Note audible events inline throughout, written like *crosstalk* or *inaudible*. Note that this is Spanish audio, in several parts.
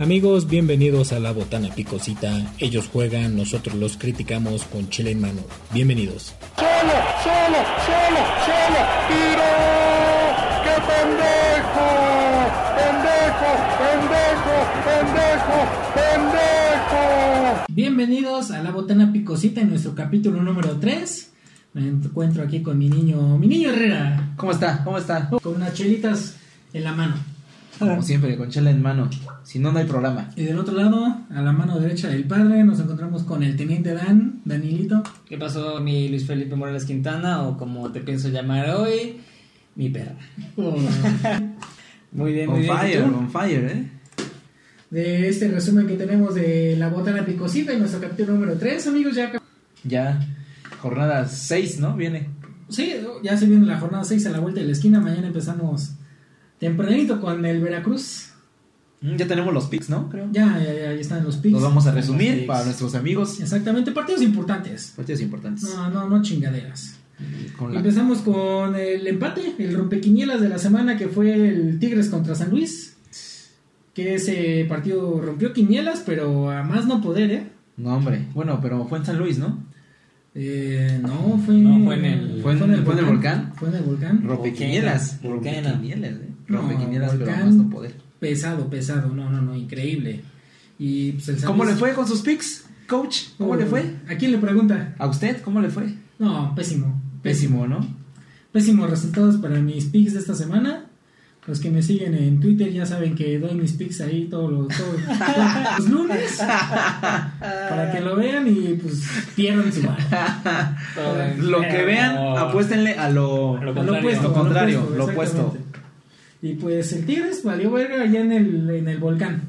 Amigos, bienvenidos a La Botana Picosita. Ellos juegan, nosotros los criticamos con chile en mano. Bienvenidos. ¡Solo, solo, solo, solo! ¡Tiro! ¡Qué pendejo! ¡Pendejo, pendejo, pendejo, pendejo! Bienvenidos a La Botana Picosita en nuestro capítulo número 3. Me encuentro aquí con mi niño, mi niño Herrera, ¿Cómo está? ¿Cómo está? con unas chelitas en la mano. Como siempre, con chela en mano. Si no, no hay programa. Y del otro lado, a la mano derecha del padre, nos encontramos con el teniente Dan, Danilito. ¿Qué pasó, mi Luis Felipe Morales Quintana? O como te pienso llamar hoy, mi perra. Muy bien, muy On bien. ¿y fire, tú? on fire, ¿eh? De este resumen que tenemos de La Botana Picosita en nuestro capítulo número 3, amigos, ya acab- Ya, jornada 6, ¿no? Viene. Sí, ya se viene la jornada 6 a la vuelta de la esquina. Mañana empezamos tempranito con el Veracruz. Mm, Ya tenemos los picks, ¿no? Creo. Ya, ya, ya, ahí están los picks. Los vamos a Los resumir picks. para nuestros amigos. Exactamente, partidos importantes. Partidos importantes. No, no, no chingaderas. Con la- Empezamos con el empate, el rompequinielas de la semana que fue el Tigres contra San Luis. Que ese partido rompió quinielas, pero a más no poder, ¿eh? No, hombre. Bueno, pero fue en San Luis, ¿no? Eh, no, fue, No, fue en el- fue en- fue en el volcán. Fue en el volcán. Rompequinielas. Volcano. Rompequinielas, ¿eh? No, Rompequinielas, pero volcán. más no poder. Pesado, pesado, no, no, no, increíble. Y pues el San ¿Cómo Luis- Uh, le fue con sus picks, coach? ¿Cómo le fue? ¿A quién le pregunta? ¿A usted? ¿Cómo le fue? No, pésimo. Pésimo, ¿no? Pésimos resultados para mis picks de esta semana. Los que me siguen en Twitter ya saben que doy mis picks ahí todos los, todos- todos los lunes. Para que lo vean y pues pierdan su mano. Todo bien. Lo que vean, No. apuéstenle a lo... Lo contrario. Lo contrario, lo opuesto. exactamente. Y pues el Tigres valió verga allá en el, en el volcán.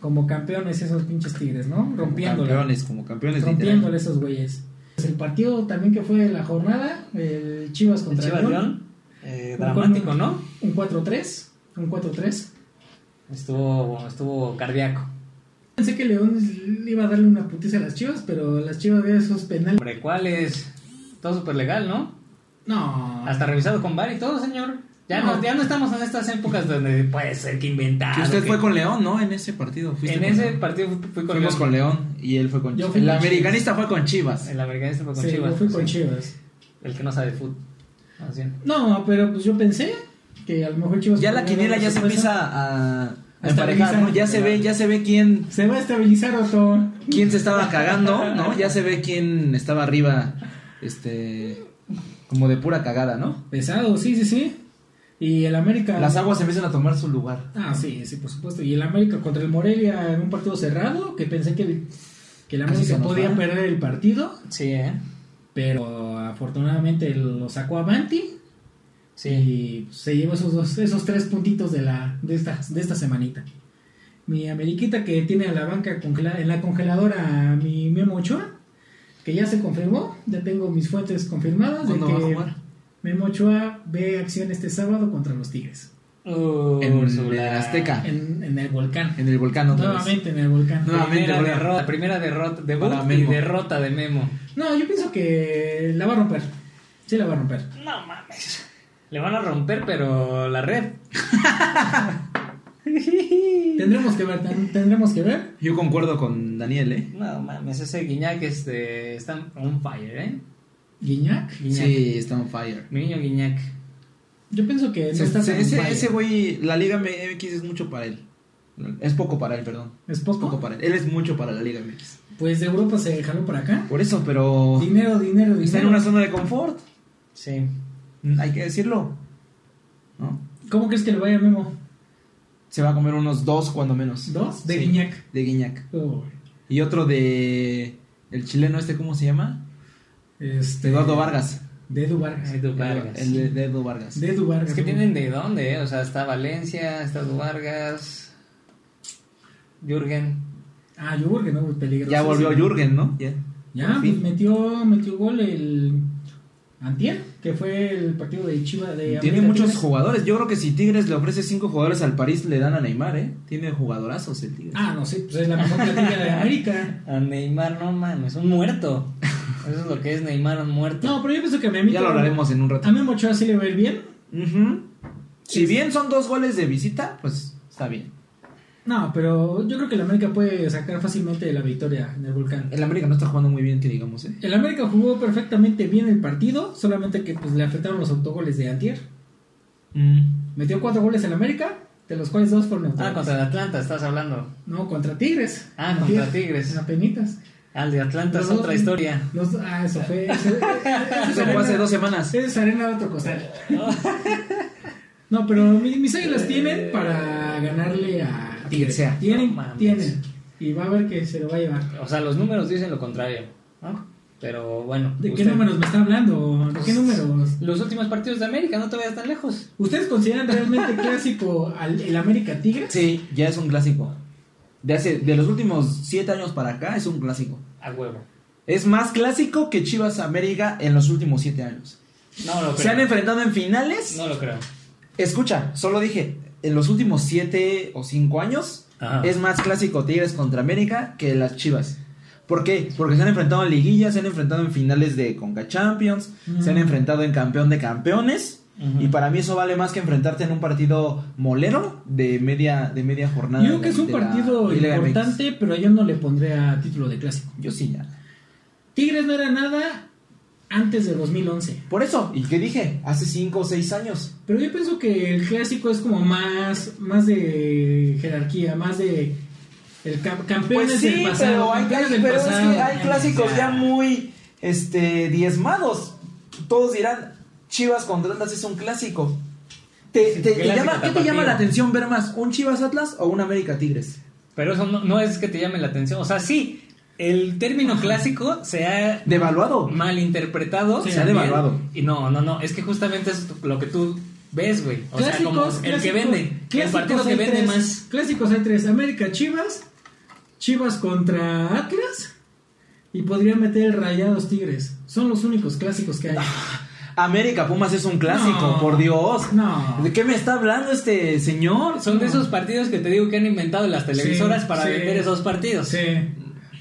Como campeones esos pinches Tigres, ¿no? Como Rompiéndole. campeones, como campeones Rompiéndole literal. esos güeyes. Pues, el partido también que fue de la jornada, el Chivas El contra Chivas León. León, eh, Un dramático, gol- ¿no? Un 4-3. Un 4-3. Estuvo, estuvo cardíaco. Pensé que León le iba a darle una putiza a las chivas, pero las chivas de esos penales. Hombre, ¿cuál es? Todo súper legal, ¿no? No. Ah, Hasta revisado con bar y todo, señor. Ya No. no, ya no estamos en estas épocas donde puede ser que inventado. Ah, Que usted que- fue con León, ¿no? En ese partido. fuiste En con ese León. partido fui, fui con Fuimos León. con León y él fue con Yo Chivas. fui El con americanista fue con Chivas. El americanista fue con Sí, Chivas. pues yo fui con sí. chivas. El que no sabe de fútbol. Más bien. No, pero pues yo pensé que a lo mejor chivas. Ya la podía quiniela dar ya una se sorpresa. empieza a, a Hasta emparejar, ¿no? revisar. Ya se ve, ya se ve quién, Se va a estabilizar Otto. quién se estaba cagando, ¿no? Ya se ve quién estaba arriba, este, como de pura cagada, ¿no? Pesado, sí, sí, sí. Y el América. Las aguas empiezan a tomar su lugar. Ah, sí, sí, por supuesto. Y el América contra el Morelia en un partido cerrado, que pensé que el, que el Casi América se nos podía va. perder el partido, Sí, ¿eh? pero afortunadamente lo sacó Avanti. Sí. Y se lleva esos dos, esos tres puntitos de la, de esta, de esta semanita. Mi Ameriquita que tiene a la banca congela- en la congeladora a mi Memo Ochoa, que ya se confirmó, ya tengo mis fuentes confirmadas de ¿Cuándo va a que jugar? Memo Ochoa ve acción este sábado contra los Tigres. Uh, En Úrsula. el Azteca. En, en el volcán. En el volcán otra vez. Nuevamente en el volcán. No. Nuevamente, primera volvemos. derrota, primera derrota, debut Para y Memo. derrota de Memo. No, yo pienso que la va a romper. Sí, la va a romper. No mames. Le van a romper, pero la red. Tendremos que ver, ten- tendremos que ver. Yo concuerdo con Daniel, ¿eh? No mames, ese Guiñac este, está on fire, ¿eh? Guiñac. Guiñac. Sí, está on fire. Mi niño Guiñac. Yo pienso que no Se- está se- tan ese, mal. ese güey, la Liga M- MX es mucho para él. Es poco para él, perdón. ¿Es Es poco para él. Él es mucho para la Liga MX. Pues de Europa se jaló para acá. Por eso, pero Dinero, dinero, dinero. Oh. está en una zona de confort. Sí. Hay que decirlo. ¿No? ¿Cómo crees que le vaya a Memo? Se va a comer unos dos cuando menos. ¿Dos? De Sí, Guiñac. De Guiñac. Oh, Y otro de... El chileno este, ¿cómo se llama? este, De Eduardo Vargas. De Edu Vargas. Edu Vargas. El de, de Edu Vargas. De Edu Vargas. Es que tienen de dónde, ¿eh? O sea, está Valencia, está Edu Vargas, Jürgen. Ah, Jürgen, no, peligroso. Ya volvió Jürgen, ¿no? Ya. Ya, Por pues, fin. metió, metió gol el Antier, que fue el partido de Chivas de Tiene América muchos Tigres. jugadores. Yo creo que si Tigres le ofrece cinco jugadores al París, le dan a Neymar, ¿eh? Tiene jugadorazos el Tigres. Ah, no sé, pues es la mejor plantilla *laughs* de América. A Neymar, no mames, un *laughs* muerto. Eso es lo que es Neymar, un muerto. No, pero yo pienso que a Memito. ya lo hablaremos en un rato. A Memo Ochoa sí le va a ir bien. Ujú. Si bien son dos goles de visita, pues está bien. No, pero yo creo que el América puede sacar fácilmente la victoria en el volcán. El América no está jugando muy bien, que digamos, ¿eh? El América jugó perfectamente bien el partido, solamente que pues le afectaron los autogoles de Antier. Metió cuatro goles el América, de los cuales dos fueron Mm. Ah, autogoles. contra el Atlanta estás hablando. No, contra Tigres. Ah, contra Antier, Tigres. Apenitas. Al Ah, de Atlanta es Los dos- otra historia. los dos- ah, eso *laughs* fue. Eso, Eso fue hace dos semanas. Es arena de otro *laughs* costal. No, pero mi- mis águilas tienen para ganarle a Quien sea. Tienen, No mames. tienen. Y va a ver que se lo va a llevar. O sea, los números dicen lo contrario, ¿no? Pero bueno. ¿De qué usted- números me está hablando? Pues, ¿De qué números? Los últimos partidos de América, no te vayas tan lejos. ¿Ustedes consideran realmente clásico al, el América Tigres? Sí, ya es un clásico. De hace, de los últimos siete años para acá es un clásico. A huevo. Es más clásico que Chivas América en los últimos siete años. No lo Se han creo. enfrentado en finales. No lo creo. Escucha, solo dije, en los últimos siete o cinco años Ajá. es más clásico Tigres contra América que las Chivas. ¿Por qué? Porque se han enfrentado en liguillas, se han enfrentado en finales de Conca Champions, se han Mm. enfrentado en campeón de campeones. Ujú. Y para mí eso vale más que enfrentarte en un partido molero de media, de media jornada. Yo creo que es un de la- partido de la Liga MX. importante, pero yo no le pondría título de clásico. Yo sí, ya. Tigres no era nada antes de 2011. Por eso, ¿y qué dije? Hace cinco o seis años. Pero yo pienso que el clásico es como más, más de jerarquía, más de el cam- campeones Pues sí, del pasado. pero, hay, campeones hay- del pero es que pasado. hay clásicos ya muy este, diezmados. Todos dirán, Chivas contra Atlas es un clásico. Te, Sí, te- te clásico llama, ¿Qué te tapatío. llama la atención ver más? ¿Un Chivas Atlas o un América Tigres? Pero eso no, no es que te llame la atención. O sea, sí, el término clásico se ha Devaluado. malinterpretado. Sí, se ha devaluado. Y no, no, no. Es que justamente es lo que tú ves, güey. O sea, como el que clásicos- vende. El clásicos partido que hay vende tres. más. Clásicos hay tres: América Chivas, Chivas contra Atlas. Y podría meter el Rayados Tigres. Son los únicos clásicos que hay. Ah, América Pumas es un clásico, No. por Dios. No. ¿De qué me está hablando este señor? Son de esos partidos que te digo que han inventado las televisoras para sí. vender esos partidos. Sí.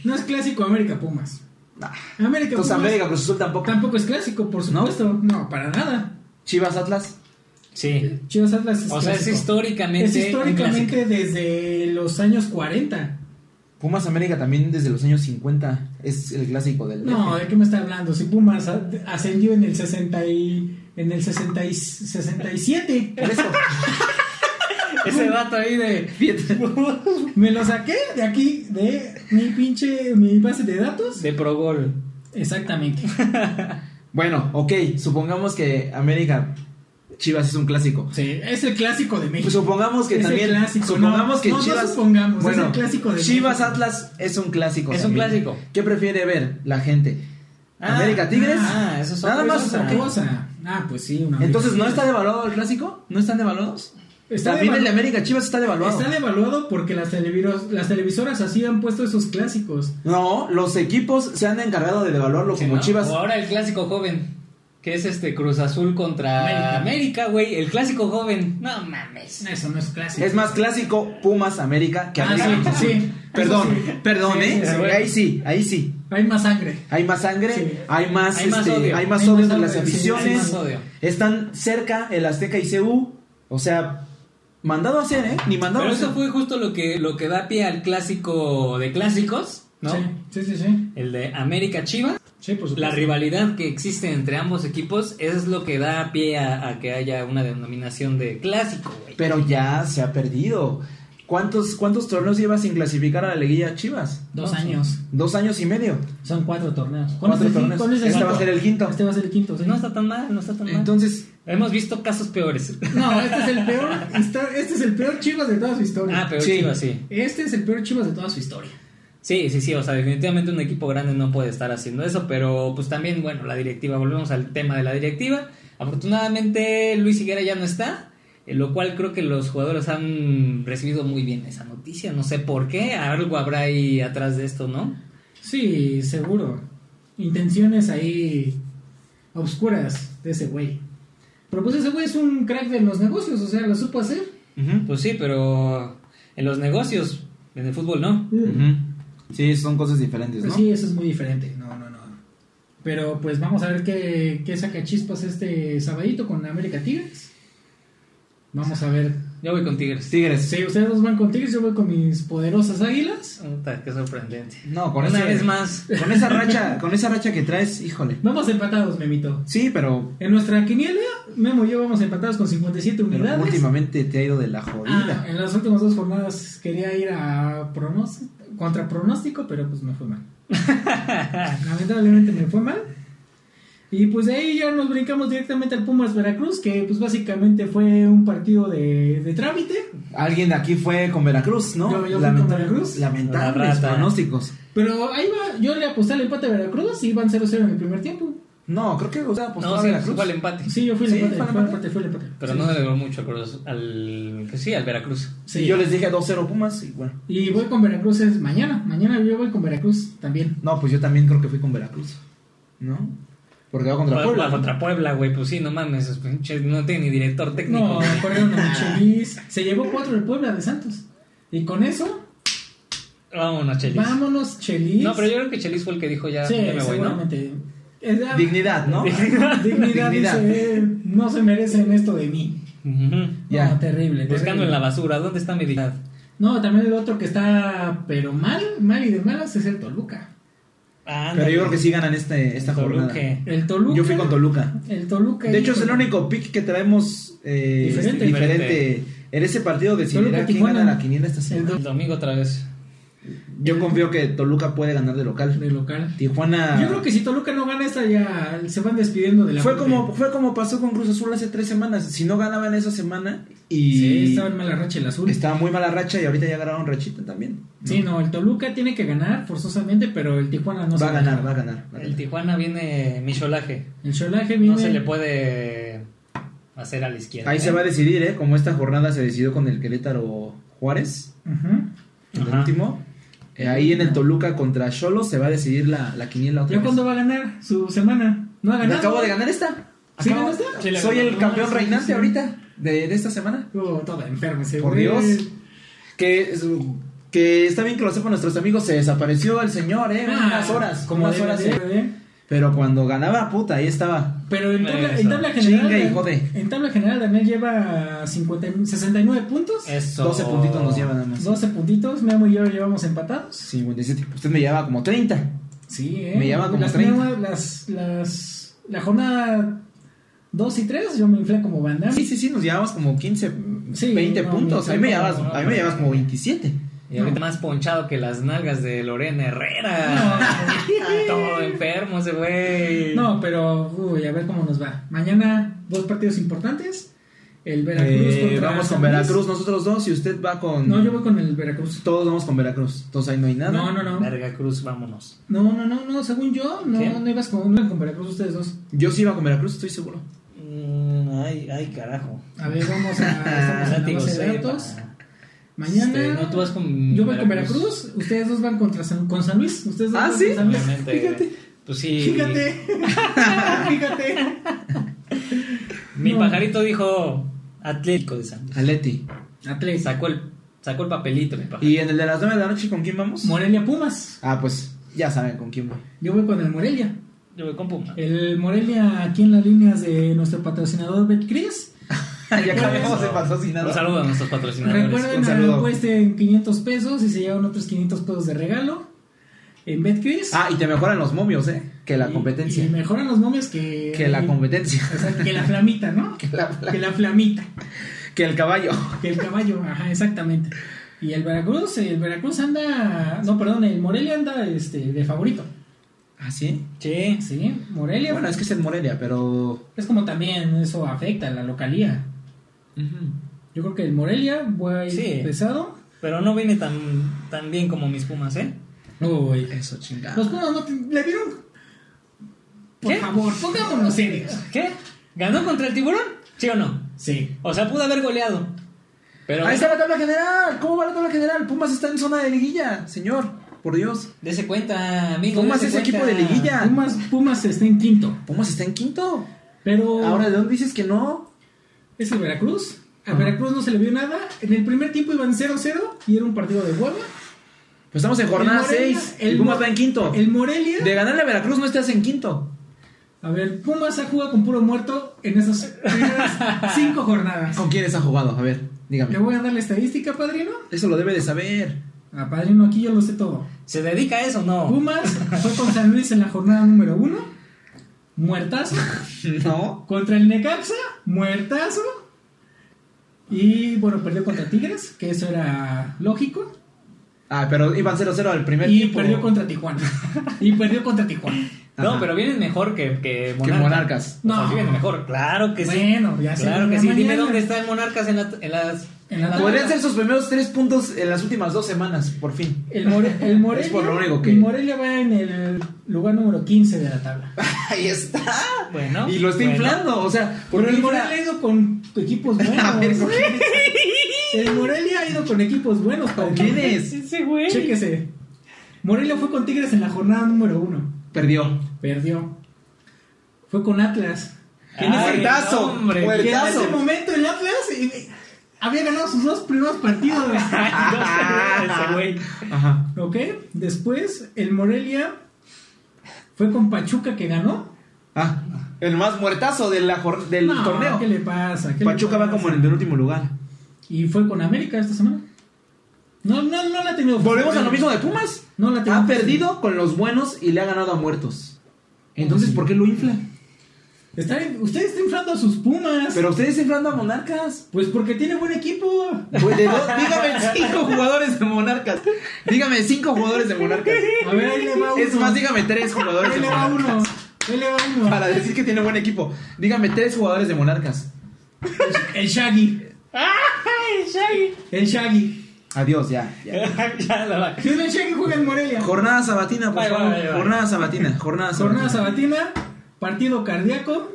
No es clásico América Pumas. Ah, América Entonces Pumas América Cruz Azul tampoco. tampoco es clásico, por supuesto. No, para nada. Chivas Atlas. Sí. Chivas Atlas es O sea, es clásico. históricamente. Es un clásico. históricamente desde los años 40. Pumas América también desde los años 50 es el clásico del No, eh. DF. ¿de qué me está hablando? Si Pumas a- ascendió en el 60 y, en el 60 y 67, *laughs* Por eso. Ese vato ahí de. me lo saqué de aquí de mi pinche mi base de datos. de Pro Bowl. Exactamente. Bueno, ok, supongamos que América Chivas es un clásico. Sí, es el clásico de Pues México. supongamos que Es el también clásico, supongamos no, que no, no Chivas supongamos, es bueno, el clásico de Chivas México. Atlas es un clásico. Es un también. clásico. ¿Qué prefiere ver la gente? Ah, América Tigres. ah, eso es otra Nada más cosa. ¿ok? ¿Qué cosa? Ah, pues sí, una Entonces no está está devaluado el clásico? ¿No están devaluados? Está también devalu- el de América Chivas está devaluado. Está devaluado porque las, televiros- las televisoras así han puesto esos clásicos. No, los equipos se han encargado de devaluarlo Sí, como ¿no? Chivas. O ahora el clásico joven, que es este Cruz Azul contra América, güey. El clásico joven. No mames. Eso no es clásico. Es más clásico Pumas América que Ah, sí, América. Cruz Azul. sí. Perdón, Eso sí. perdón, Sí, ¿eh? sí, sí. Ahí sí, ahí sí. Hay más sangre. Hay más sangre, Sí. hay más Hay más este, odio. hay más Hay odio más entre las odio, sí, aficiones. hay más odio. Están cerca el Azteca y CU, o sea, mandado a hacer, ¿eh? Ni mandado Pero a hacer. eso fue justo lo que, lo que da pie al clásico de clásicos, ¿no? Sí, sí, sí. Sí, El de América Chivas. sí por supuesto. La rivalidad que existe entre ambos equipos eso es lo que da pie a, a que haya una denominación de clásico, güey. Pero ya se ha perdido. ¿Cuántos cuántos torneos llevas sin clasificar a la liguilla Chivas? Dos No, sí. años. Dos años y medio. Son cuatro torneos. ¿Cuál Cuatro es el quin- torneos. cuál es el Este va a quinto? ser el quinto. Este va a ser el quinto, sí. No está tan mal, no está tan mal. Entonces, Hemos visto casos peores. No, este es el peor. está- este es el peor Chivas de toda su historia. ah, pero Sí. Chivas, sí. Este es el peor Chivas de toda su historia. Sí, sí, sí, o sea, definitivamente un equipo grande no puede estar haciendo eso, pero pues también, bueno, la directiva, volvemos al tema de la directiva. Afortunadamente Luis Higuera ya no está, eh, lo cual creo que los jugadores han recibido muy bien esa noticia, no sé por qué, algo habrá ahí atrás de esto, ¿no? Sí, seguro. Intenciones ahí obscuras de ese güey. Pero pues ese güey es un crack de los negocios, o sea, lo supo hacer. ujú, Pues sí, pero en los negocios, en el fútbol, ¿no? ujú. sí, son cosas diferentes, Pues ¿no? sí, eso es muy diferente. No, no, no. Pero pues vamos a ver qué, qué saca chispas este sabadito con América Tigres. Vamos a ver Yo voy con Tigres. Tigres. Sí, ustedes dos van con Tigres, yo voy con mis poderosas águilas. Puta, qué sorprendente. No, con Una ese- vez más. Con esa racha, con esa racha que traes, híjole. Vamos empatados, Memito. Sí, pero, En nuestra quiniela, Memo y yo vamos empatados con 57 pero unidades. últimamente te ha ido de la Ah, jodida. en las últimas dos jornadas quería ir a pronóstico, contra pronóstico, pero pues me fue *laughs* mal. Lamentablemente me fue mal. Y pues de ahí ya nos brincamos directamente al Pumas Veracruz, que pues básicamente fue un partido de, de trámite. Alguien de aquí fue con Veracruz, ¿no? Yo- yo fui Lamenta- con Veracruz. La Lamentables rata. pronósticos. Pero ahí va, yo le aposté al empate a Veracruz y iban 0-0 en el primer tiempo. No, creo que o sea, apostó No, a sí, Veracruz. fue el empate. Sí, yo fui el Sí, empate, fue el fue el empate. empate, fue el empate. Pero Sí. no delegó mucho a Cruz- al. pues Sí, al Veracruz. Sí, Sí. yo les dije 2-0 Pumas y bueno. Y voy con Veracruz es mañana. Mañana yo voy con Veracruz también. No, pues yo también creo que fui con Veracruz. ¿No? Porque va contra Puebla, Puebla. contra Puebla, güey. Pues sí, no mames. esos pinches- No tiene ni director técnico. No, güey. fueron *laughs* chelis. Se llevó cuatro el Puebla de Santos. Y con eso, Vámonos, Chelis. vámonos, Chelis. No, pero yo creo que Chelis fue el que dijo ya, Sí, ya me voy, ¿no? seguramente. Es la- Dignidad, *laughs* ¿no? *laughs* Dignidad, Dignidad. dice, "Eh, no se merecen esto de mí. Ujú. Ya. No, terrible. Buscando terrible. en la basura, ¿dónde está mi dignidad? No, también el otro que está, pero mal, mal y de malas es el Toluca. Pero yo creo que sí ganan este, esta Toluca. jornada. El Toluca. Yo fui con Toluca. El Toluca. De hecho, es híjole. el único pick que traemos eh, Diferente. diferente. En ese partido decidirá Toluca, quién Tijuana. gana la quiniela esta semana. El domingo otra vez. Yo confío que Toluca puede ganar de local. De local. Tijuana. Yo creo que si Toluca no gana esta ya se van despidiendo de la Ah. fue Copa. como fue como pasó con Cruz Azul hace tres semanas. Si no ganaban esa semana y Sí, estaba en mala racha el azul. estaba muy mala racha y ahorita ya agarraron rachita también. Sí, no, el Toluca tiene que ganar forzosamente, pero el Tijuana no se va a ganar, va a ganar. va a El ganar. Tijuana viene micholaje. El Cholaje viene. No se le puede hacer a la izquierda. Ahí ¿eh? se va a decidir, ¿eh? Como esta jornada se decidió con el Querétaro Juárez, Ajá. en el Ajá. último. eh, ahí en el Toluca contra Cholos se va a decidir la, la quiniela otra ¿Ya vez. cuándo va a ganar su semana? No ha Me ganado. acabo de ganar esta. ¿Sí Acabo- ganaste? Sí, la Soy ganó. el campeón Ah, sí, reinante sí. ahorita de, de esta semana. Oh, toda enferma ese Por güey. Dios. Que, es- que está bien que lo sepan nuestros amigos. Se desapareció el señor, ¿eh? Ah, unas horas. como unas debe horas. de, eh. debe de. Pero cuando ganaba, puta, ahí estaba. Pero en tabla, en Eso. tabla general. Chinga y jode. En tabla general, Daniel lleva 50, 69 puntos. Eso. 12 puntitos nos lleva nada más. 12 puntitos. Memo y yo llevamos empatados. 57. Usted me llevaba como 30. Sí, eh. Me lleva como las 30. nuevas- las, las, la jornada 2 y 3, yo me inflé como banda. Sí, sí, sí, nos llevabas como 15, Ah. Sí, 20 no, puntos. no, A mí me no, llevabas, no, a mí me llevabas como 27. Y ahorita más ponchado que las nalgas de Lorena Herrera. Todo enfermo ese güey. No, pero uy, a ver cómo nos va. Mañana dos partidos importantes. El Veracruz Eh, contra vamos San con Luis. Veracruz, nosotros dos, y usted va con. No, yo voy con el Veracruz. Todos vamos con Veracruz. Entonces ahí no hay nada. No, no, no. Verga Cruz, vámonos. No, no, no, no, según yo, no, ¿Qué? no ibas con, no iban con Veracruz ustedes dos. Yo sí iba con Veracruz, estoy seguro. Mm, ay, ay, carajo. A ver, vamos *laughs* Ah, a estamos en la Látigo base de sepa. datos. Mañana Este, no, tú vas con Yo voy con Veracruz. Veracruz, ustedes dos van contra San, con San Luis, ustedes dos Ah, van ¿sí? con San Luis. Obviamente. Pues sí. Fíjate. *laughs* Fíjate. Mi No. pajarito dijo Atlético de San Luis. Aleti. Atleta. Sacó el, sacó el papelito, mi pajarito. ¿Y en el de las 9 de la noche con quién vamos? Morelia Pumas. Ah, pues ya saben con quién voy. Yo voy con el Morelia. Yo voy con Puma. El Morelia aquí en las líneas de nuestro patrocinador Betcris. *laughs* ya cambiamos de Eso. patrocinador. Un saludo a nuestros patrocinadores. Recuerden, un saludo. apuesten 500 pesos y se llevan otros 500 pesos de regalo en Betcris. Ah, y te mejoran los momios, ¿eh? Que la Y- competencia. Y, mejoran los momios que. Que la competencia. *laughs* o sea, que la flamita, ¿no? Que la- que la flamita. Que el caballo. *laughs* Que el caballo, ajá, exactamente. Y el Veracruz, el Veracruz anda. No, perdón, el Morelia anda este, de favorito. ¿Ah, sí? Sí. Sí, Morelia. Bueno, es que es en Morelia, pero. Es como también eso afecta a la localía. Yo creo que el Morelia, voy Sí. pesado. Pero no viene tan, tan bien como mis Pumas, ¿eh? Uy, Eso, chingada. Los Pumas no te- le dieron. Por ¿Qué? favor, pongámonos serios. ¿Qué? ¿Ganó contra el tiburón? ¿Sí o no? Sí. O sea, pudo haber goleado. Pero Ahí está la tabla general. ¿Cómo va la tabla general? Pumas está en zona de liguilla, señor. Por Dios. dese cuenta, amigo. Pumas dese es equipo cuenta. de liguilla. Pumas, Pumas está en quinto. Pumas está en quinto. Pero Ahora, ¿de dónde dices que no? es el Veracruz. A Veracruz no se le vio nada. En el primer tiempo iban 0-0 y era un partido de hueva. Pues estamos en jornada El Morelia, 6. el El Pumas Mo- está en quinto. El Morelia. De ganarle a Veracruz no estás en quinto. A ver, Pumas ha jugado con puro muerto en esas primeras cinco jornadas. ¿Con quiénes ha jugado? A ver. ¿Le Dígame. voy a dar la estadística, padrino? Eso lo debe de saber. *laughs* Ah, padrino, aquí yo lo sé todo. ¿Se dedica a eso o no? Pumas fue con San Luis en la jornada número uno. Muertazo. No. Contra el Necaxa, muertazo. Y bueno, perdió contra Tigres, que eso era lógico. Ah, pero iban 0-0 al primer Y tiempo. perdió contra *laughs* Tijuana. Y perdió contra Tijuana. No, Ajá. pero vienen mejor que, que Que Monarcas. Monarcas. No, No. vienen mejor. Claro que sí. Bueno, ya Claro se que ve sí. mañana. Dime dónde está el Monarcas en, la- en las. En la Podrían ser sus primeros tres puntos en las últimas dos semanas, por fin. El, More- el Morelia, Es por lo único que- el Morelia va en el lugar número 15 de la tabla. *laughs* Ah, Ahí está. Bueno. Y lo está bueno. inflando, o sea, por Pero el fin Morelia ha ido con equipos buenos. *laughs* A ver, ¿con quién *laughs* el Morelia ha ido con equipos buenos. ¿Con padrino. quién es? Ese güey. Chéquese. Morelia fue con Tigres en la jornada número 1. perdió. Perdió. Fue con Atlas. ¿Quién es? Muertazo, hombre, muertazo. Que en Perdazo. ese momento el Atlas eh, había ganado sus dos primeros partidos. *laughs* *laughs* Ese güey. Ajá. ok, después el Morelia fue con Pachuca que ganó. Ah, el más muertazo de la jor- del No, torneo. ¿Qué le pasa? ¿Qué le Pachuca va pasa? como en el penúltimo lugar. Y fue con América esta semana. No, no, no la ha tenido. Volvemos a lo mismo de Pumas. No la tengo. Ha perdido con los buenos y le ha ganado a muertos. Entonces, ¿por qué lo infla? Está- usted está inflando a sus Pumas. Pero ustedes inflando a Monarcas. Pues porque tiene buen equipo. Pues, de dos- *laughs* dígame cinco jugadores de Monarcas. Dígame cinco jugadores de Monarcas. A ver, ahí le va uno. Es más, dígame tres jugadores Ahí de le va uno. Monarcas. Ahí le va uno. Para decir que tiene buen equipo. Dígame tres jugadores de Monarcas. El Shaggy. El Shaggy. Adiós, ya. ya. *laughs* ya la va. Si es el Shaggy, juega en Morelia. Jornada sabatina, por Bye, favor. bye, bye. Jornada sabatina, jornada sabatina. Jornada sabatina, partido cardíaco,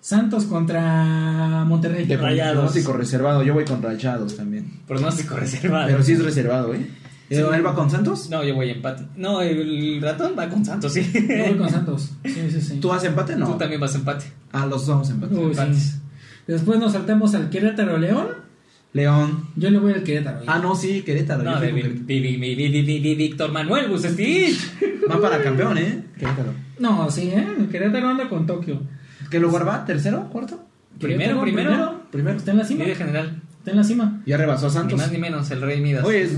Santos contra Monterrey. De Rayados. pronóstico reservado, yo voy con rayados también. Pronóstico reservado. Pero sí es reservado, ¿eh? ¿Él va con Santos? No, yo voy empate. No, el ratón va con Santos, sí. Yo voy con Santos. Sí, sí, sí. ¿Tú vas empate? No. *laughs* Tú también vas empate. Ah, los dos vamos empate. Uy, sí. empates. Después nos saltamos al Querétaro León. León. Yo le voy al Querétaro. Ah, no, sí, Querétaro. yo No, de fui vi- con vi- vi- vi- vi- vi- vi- Víctor Manuel Bucetich. Querétaro. Va para campeón, ¿eh? Querétaro. No, sí, ¿eh? El Querétaro anda con Tokio. ¿Qué lugar va? ¿Tercero? ¿Cuarto? Primero, Querétaro, primero. primero. Está en la cima. Líder general. Está en la cima. Ya rebasó a Ni Santos. más ni menos, el Rey Midas. Oye, ¿es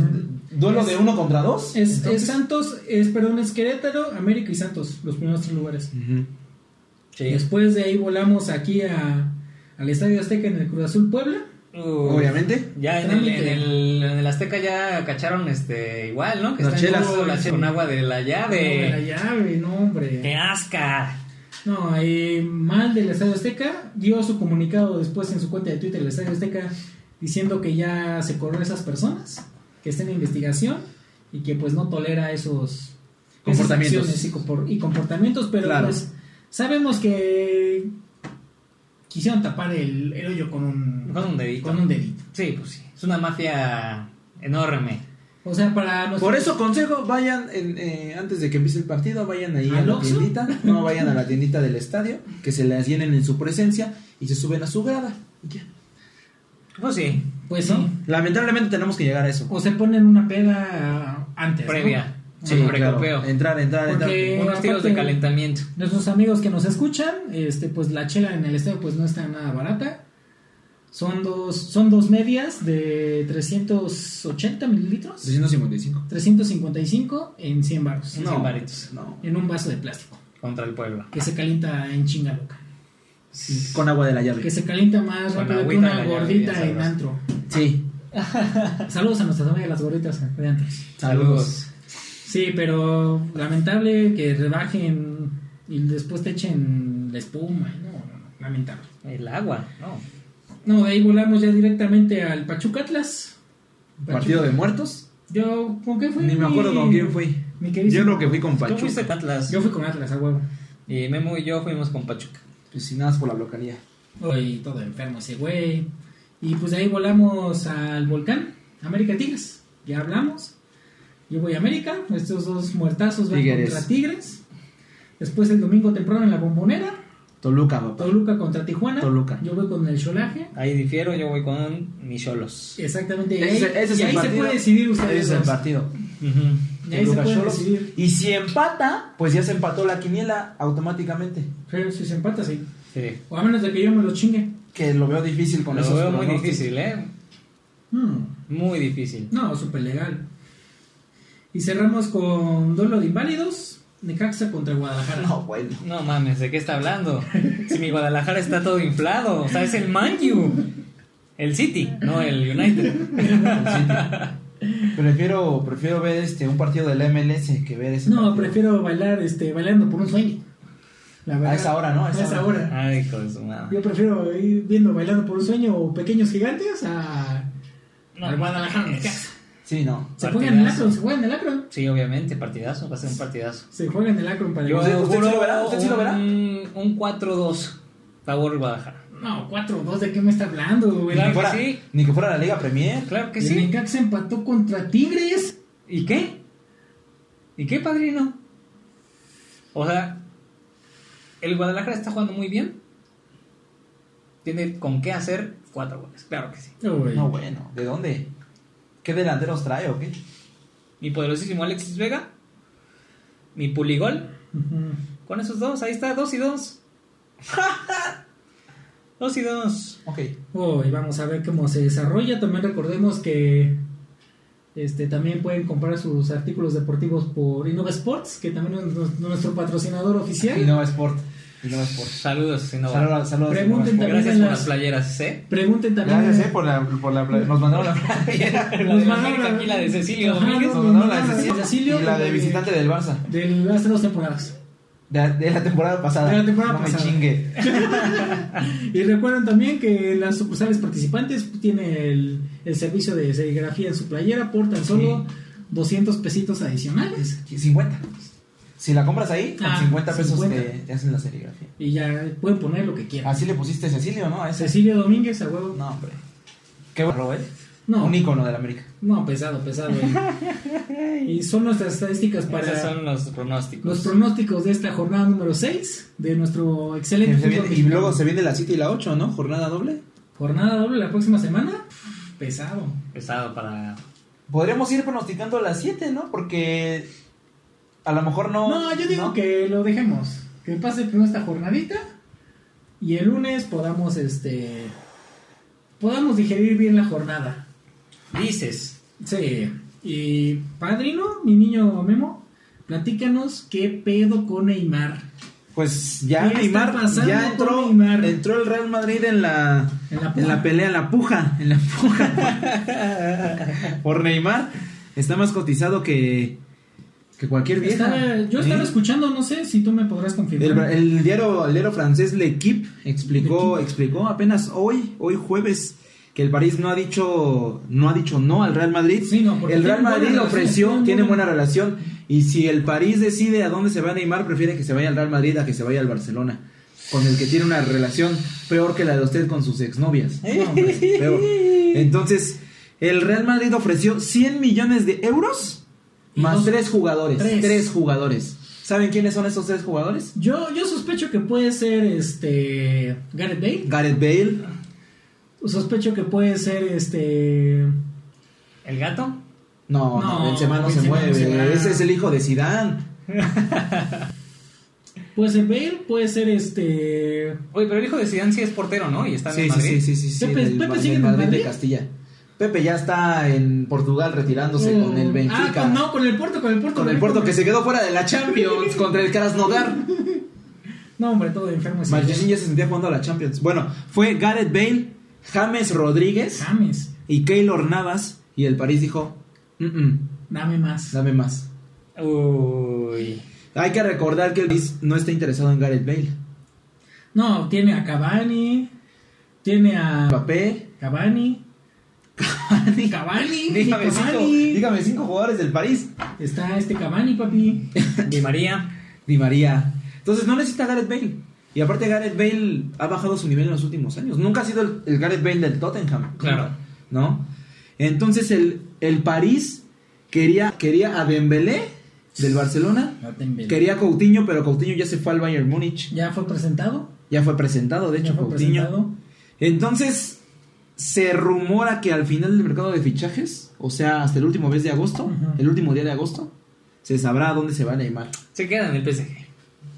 duelo de uno contra dos? Es, es Santos, es, perdón, es Querétaro, América y Santos, los primeros tres lugares. Ujú. Sí. Después de ahí volamos aquí a, al Estadio Azteca en el Cruz Azul Puebla. Uf. Obviamente. Ya en el, en, el, en el Azteca ya cacharon este igual, ¿no? Que Las están chelas. con la- con agua de la No, la llave. llave, no, hombre. ¡Qué asca! No, eh, mal del Estadio Azteca. Dio su comunicado después en su cuenta de Twitter, el Estadio Azteca, diciendo que ya se corrió a esas personas, que está en investigación y que pues no tolera esos esas Comportamientos. acciones y, compor- y comportamientos. Pero Claro. pues sabemos que quisieron tapar el, el hoyo con un, Con un dedito. Con un dedito. Sí, pues sí. Es una mafia enorme. O sea, para nosotros. Por eso, consejo, vayan en, eh, antes de que empiece el partido, vayan ahí a ¿Al la Oxxo? tiendita, no vayan a la tiendita del estadio, que se las llenen en su presencia y se suben a su grada. y ya. Pues sí. Pues sí. Lamentablemente tenemos que llegar a eso. O se ponen una peda antes. ¿no? Previa. Sí, Un claro. Eh, precopeo. Entrar, entrar, Porque- entrar. Unos tiros de aparte- calentamiento. Nuestros amigos que nos escuchan, este, pues la chela en el estadio pues no está nada barata. Son dos, son dos medias de 380 mililitros, 355. 355 en 100 baros, No. Cien varitos. no. en un vaso de plástico, Contra el pueblo. que se calienta en chinga loca, Con agua de la llave. que se calienta más Con rápido que agüita una de la llave, gordita bien en antro. Sí. Saludos a nuestras amigas las gorditas eh, de antros. Saludos. Sí, pero lamentable que rebajen y después te echen la espuma, no, no, no, lamentable. El agua, no. No, de ahí volamos ya directamente al Pachuca Atlas. Partido de muertos. Yo, ¿con qué fui? Ni me acuerdo con quién fui. Mi Yo queridísimo. creo que fui con ¿Tú fuiste Pachuca. con Atlas? Yo fui con Atlas, a huevo. Y Memo y yo fuimos con Pachuca. Pues sin nada más por la localidad. Hoy todo enfermo ese güey. Y pues de ahí volamos al volcán, América Tigres. Ya hablamos. Yo voy a América, estos dos muertazos van Tigres. contra Tigres. Después el domingo temprano en la bombonera, Toluca, papá. Toluca contra Tijuana. Toluca. Yo voy con el Cholaje. Ahí difiero, yo voy con mis solos. Exactamente. Y ahí, Ese, ese es y el ahí se partido. puede decidir Ese ustedes. es el dos. partido. Y ahí se Toluca puede Cholos. decidir. Y si empata, pues ya se empató la quiniela automáticamente. Pero si se empata, sí. Sí. O a menos de que yo me lo chingue. Que lo veo difícil con Lo esos veo muy pronósticos. difícil, ¿eh? Mm. Muy difícil. No, súper legal. Y cerramos con duelo de inválidos. Necaxa contra Guadalajara. *laughs* No, bueno. No mames, ¿de qué está hablando? Si mi Guadalajara está todo inflado, o sea, es el Man U. El City, no el United. Prefiero, prefiero ver este un partido del MLS que ver ese. No, partido. prefiero bailar, este, bailando por un sueño. La verdad. A esa hora, ¿no? A esa, hora. Ay, hijo de su madre. Yo prefiero ir viendo bailando por un sueño o pequeños gigantes a. No, al Guadalajara mames. Necaxa. Sí, no. Se juega en el Partidazo. Akron, se juega en el Akron. Sí, obviamente, partidazo, va a ser un partidazo. Se juega en el Akron para Yo ¿Usted- usted sí lo auguro verá? ¿Usted sí lo verá? Un, un 4-2, favor Guadalajara. No, 4-2, ¿de qué me está hablando, güey? Ni Claro que que, fuera, sí. ni que fuera la Liga Premier. Claro que El sí. Necaxa empató contra Tigres. ¿Y qué? ¿Y qué, padrino? O sea, el Guadalajara está jugando muy bien. Tiene con qué hacer cuatro goles, claro que sí. No, güey. No, bueno. ¿De dónde? ¿Qué delanteros trae o qué? Mi poderosísimo Alexis Vega, mi puligol, Ujú. con esos dos, ahí está, dos y dos. *laughs* dos y dos. Ok. Oh, y vamos a ver cómo se desarrolla. También recordemos que este también pueden comprar sus artículos deportivos por Innova Sports, que también es nues- nuestro patrocinador oficial. Innova Sport. Innova Sport. Saludos, Innova. Saludos, saludos. a Pregunten Innova Sport. Gracias en por las- las playeras, ¿eh? Pregunten también. Gracias, eh, por la, por la playa. Nos mandaron *laughs* la playa. *laughs* La Nos de mandaron América la- aquí, la de Cecilio Ajá, Domínguez. Nos mandaron la Nos mandaron de la de Cecilio y la de de- visitante del Barça. Del hace dos temporadas. De, de la temporada pasada. De la temporada no pasada. me chingue. Y recuerden también que las sucursales participantes tienen el, el servicio de serigrafía en su playera por tan solo 200 pesitos adicionales. 50. Si la compras ahí, Ah, con 50 pesos 50. Te, te hacen la serigrafía. Y ya pueden poner lo que quieran. Así le pusiste a Cecilio, ¿no? A ese. Cecilio Domínguez, a huevo. No, hombre. Qué bueno, ¿eh? No. Un ícono de la América. No, pesado, *laughs* pesado. y son nuestras estadísticas para Esos son los pronósticos. los pronósticos de esta jornada número 6 de nuestro excelente Se fútbol viene- y mexicano. luego se viene la 7 y la 8, ¿no? Jornada doble. Jornada doble la próxima semana. Pesado. Pesado para Podríamos ir pronosticando la 7, ¿no? Porque a lo mejor no. No, yo digo ¿no? que lo dejemos. Que pase primero esta jornadita y el lunes podamos este podamos digerir bien la jornada. Dices, Sí. Y padrino, mi niño Memo, platícanos qué pedo con Neymar Pues ya ¿Qué está Neymar, pasando ya con entró, Neymar? entró el Real Madrid en la, En la puja. en la pelea, en la puja, en la puja *laughs* por Neymar. Está más cotizado que, que cualquier vieja. Estaba- yo estaba ¿Eh? escuchando, no sé si tú me podrás El, confirmar. el diario, el diario francés L'Equipe explicó, L'Équipe. explicó apenas hoy, hoy jueves, que el París no ha dicho, no ha dicho no al Real Madrid. Sí, no, porque el Real tienen buena Madrid le relación, ofreció, tienen tiene buena- buena relación. Y si el París decide a dónde se va a Neymar, prefiere que se vaya al Real Madrid a que se vaya al Barcelona, con el que tiene una relación peor que la de usted con sus exnovias. No, hombre. Peor. Entonces, el Real Madrid ofreció 100 millones de euros Y más dos- tres jugadores. tres. tres jugadores. ¿Saben quiénes son esos tres jugadores? yo, yo sospecho que puede ser este Gareth Bale. Gareth Bale, Sospecho que puede ser este. ¿el gato? no, No, no, Benzema no se Benzema no mueve, se mueve. ese es el hijo de Zidane. Puede ser Bale, puede ser este. Oye, pero el hijo de Zidane sí es portero, ¿no? Y está en el Sí, sí, sí, Madrid. sí, sí, sí, Pepe- del- Pepe del sigue en el Madrid de Madrid. Castilla. Pepe ya está en Portugal retirándose eh, con el Ah, Benfica. con- no, con el Porto, con el Porto. Con el Porto que se quedó fuera de la Champions contra el Krasnodar. No, hombre, todo enfermo. es Manchester ya se sentía jugando a la Champions. Bueno, fue Gareth Bale, James Rodríguez James, y Keylor Navas y el París dijo, "Mm, mm, dame más. dame más. Uy. Hay que recordar que el París no está interesado en Gareth Bale. No, tiene a Cavani. Tiene a Mbappé, Cavani. Cavani. Cavani. dígame cinco, Cavani. dígame cinco jugadores del París. Está este Cavani, papi. Di María. Di María. Entonces no necesita Gareth Bale. Y aparte Gareth Bale ha bajado su nivel en los últimos años. Nunca ha sido el, el Gareth Bale del Tottenham. Claro. ¿No? Entonces el, el París quería, quería a Dembélé del Barcelona. Quería a Coutinho, pero Coutinho ya se fue al Bayern Múnich. Ya fue presentado. Ya fue presentado, de Ya hecho, fue Coutinho. presentado. Entonces se rumora que al final del mercado de fichajes, o sea, hasta el último mes de agosto, Ujú. el último día de agosto, se sabrá dónde se va a Neymar. Se queda en el PSG.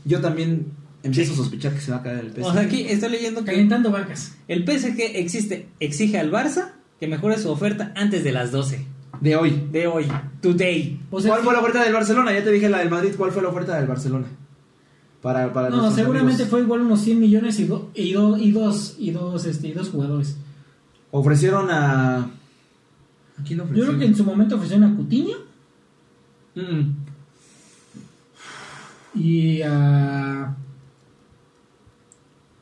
Yo también empiezo a sospechar que se va a caer el peso. O sea, aquí estoy leyendo que Calentando vacas. el PSG existe, exige al Barça que mejore su oferta antes de las 12 de hoy. de hoy, today. O sea, ¿Cuál sí. fue la oferta del Barcelona? Ya te dije la del Madrid. ¿Cuál fue la oferta del Barcelona? Para, para No, nuestros seguramente amigos. fue igual unos 100 millones y, do- y, do- y dos y dos este y dos jugadores. Ofrecieron a. ¿A quién lo Yo ofrecieron? creo que en su momento ofrecieron a Cutiño Mm, y a ¿y a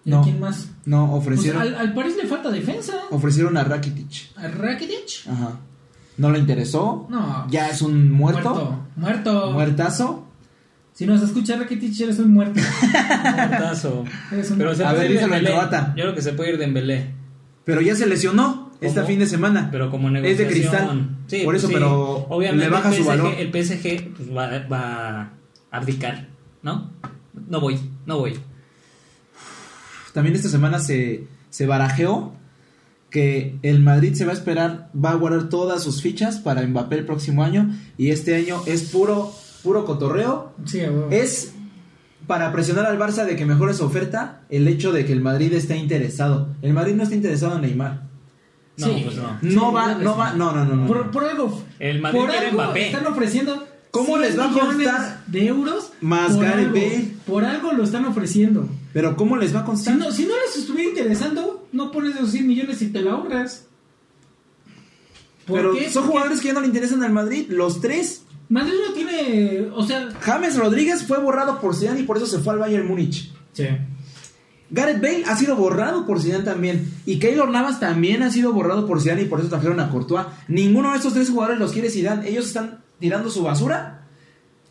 No. quién más? No, Pues ofrecieron, al, al París le falta defensa. ¿eh? ofrecieron a Rakitic. ¿A Rakitic? Ajá. No le interesó. No. Ya es un muerto. Muerto. Muerto. Muertazo. Si nos escucha Rakitic, eres un muerto. *laughs* Portazo. Eres un Pero se A puede ver, ir díselo en Dembélé. croata. Yo creo que se puede ir Dembélé, Pero ya se lesionó este ¿Cómo? fin de semana. pero como Es de negociación. cristal. Sí, Por eso, sí. pero Obviamente le baja el su PSG, valor. El PSG pues, va, va a abdicar, ¿no? No voy, no voy. pues, También esta semana se, se barajeó que el Madrid se va a esperar, va a guardar todas sus fichas para Mbappé el próximo año. Y este año es puro, puro cotorreo. Sí, a huevo. Es para presionar al Barça de que mejore su oferta el hecho de que el Madrid esté interesado. El Madrid no está interesado en Neymar. No, Sí. pues no. No Sí, va, claro que no sí. va, no, no, no. no. Por, por algo. El Madrid por quiere algo Mbappé. Están ofreciendo. ¿Cómo 100 les va a millones costar? De euros. Más por Gareth algo. Bale. Por algo lo están ofreciendo. Pero ¿cómo les va a Si constar? no, si no les estuviera interesando, no pones esos 100 millones y te lo ahorras. ¿Por Pero qué? son Porque jugadores que ya no le interesan al Madrid, los tres. Madrid no tiene. O sea. James Rodríguez fue borrado por Zidane y por eso se fue al Bayern Múnich. Sí. Gareth Bale ha sido borrado por Zidane también. Y Keylor Navas también ha sido borrado por Zidane y por eso trajeron a Courtois. Ninguno de estos tres jugadores los quiere Zidane. Ellos están tirando su basura.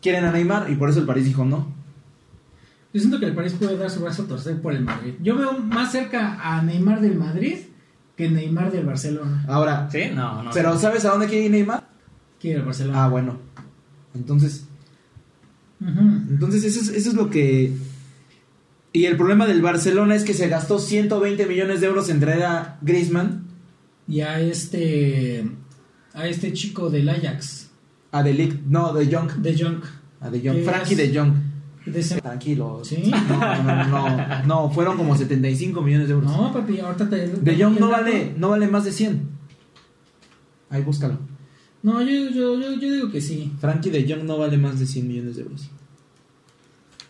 Quieren a Neymar y por eso el París dijo no. Yo siento que el París puede dar su brazo a torcer por el Madrid. Yo veo más cerca a Neymar del Madrid que Neymar del Barcelona. Ahora, ¿Sí? No, no. pero ¿sabes a dónde quiere ir Neymar? Que el Barcelona. Ah, bueno. Entonces, Ujú. entonces eso es, eso es lo que... Y el problema del Barcelona es que se gastó 120 millones de euros en traer a Griezmann, Y a este. A este chico del Ajax. a De Ligt- no, De Jong, De Junk. a De Jong, ¿Qué Frankie es? De Jong. De ese- Tranquilos. Sí. *laughs* No, no, no, no, fueron como 75 millones de euros. No, papi, ahorita te. De Jong no te- vale, no vale más de 100. Ahí búscalo. No, yo, yo, yo, yo digo que sí. Frankie de Jong no vale más de 100 millones de euros.